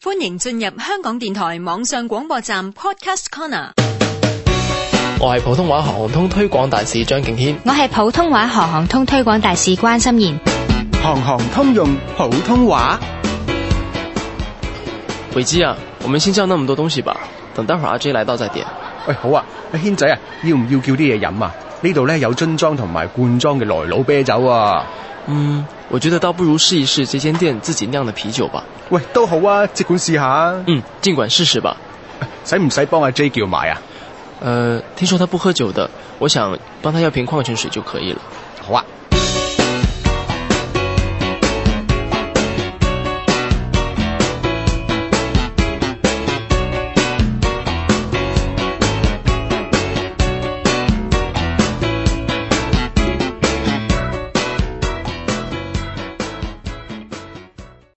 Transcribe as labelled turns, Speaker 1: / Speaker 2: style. Speaker 1: 歡迎進入香港電台網上廣播站 Podcast Corner。
Speaker 2: 我係普通話行行通推廣大使張敬軒。
Speaker 3: 我係普通話行行通推廣大使關心妍。
Speaker 4: 行行通用普通話。
Speaker 2: 偉基啊，我們先叫那麼多東西吧，等待會兒阿 J 來到再點。
Speaker 4: 喂，好啊，阿軒仔啊，要唔要叫啲嘢飲啊？呢度咧有樽裝同埋罐裝嘅來佬啤酒啊。
Speaker 2: 嗯，我覺得倒不如試一試這間店自己釀的啤酒吧。
Speaker 4: 喂，都好啊，即管試下。
Speaker 2: 嗯，盡管試試吧。
Speaker 4: 使唔使幫阿 J 叫埋啊？
Speaker 2: 呃，聽說他不喝酒的，我想幫他要瓶礦泉水就可以了。
Speaker 4: 好啊，